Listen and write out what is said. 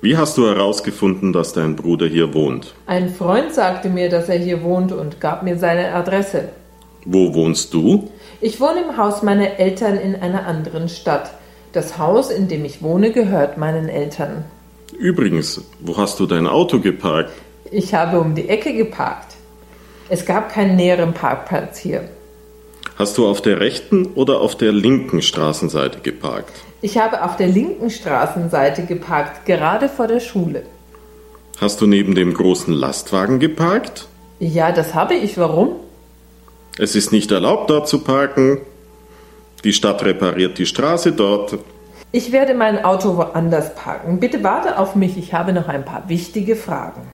Wie hast du herausgefunden, dass dein Bruder hier wohnt? Ein Freund sagte mir, dass er hier wohnt und gab mir seine Adresse. Wo wohnst du? Ich wohne im Haus meiner Eltern in einer anderen Stadt. Das Haus, in dem ich wohne, gehört meinen Eltern. Übrigens, wo hast du dein Auto geparkt? Ich habe um die Ecke geparkt. Es gab keinen näheren Parkplatz hier. Hast du auf der rechten oder auf der linken Straßenseite geparkt? Ich habe auf der linken Straßenseite geparkt, gerade vor der Schule. Hast du neben dem großen Lastwagen geparkt? Ja, das habe ich. Warum? Es ist nicht erlaubt, dort zu parken. Die Stadt repariert die Straße dort. Ich werde mein Auto woanders parken. Bitte warte auf mich. Ich habe noch ein paar wichtige Fragen.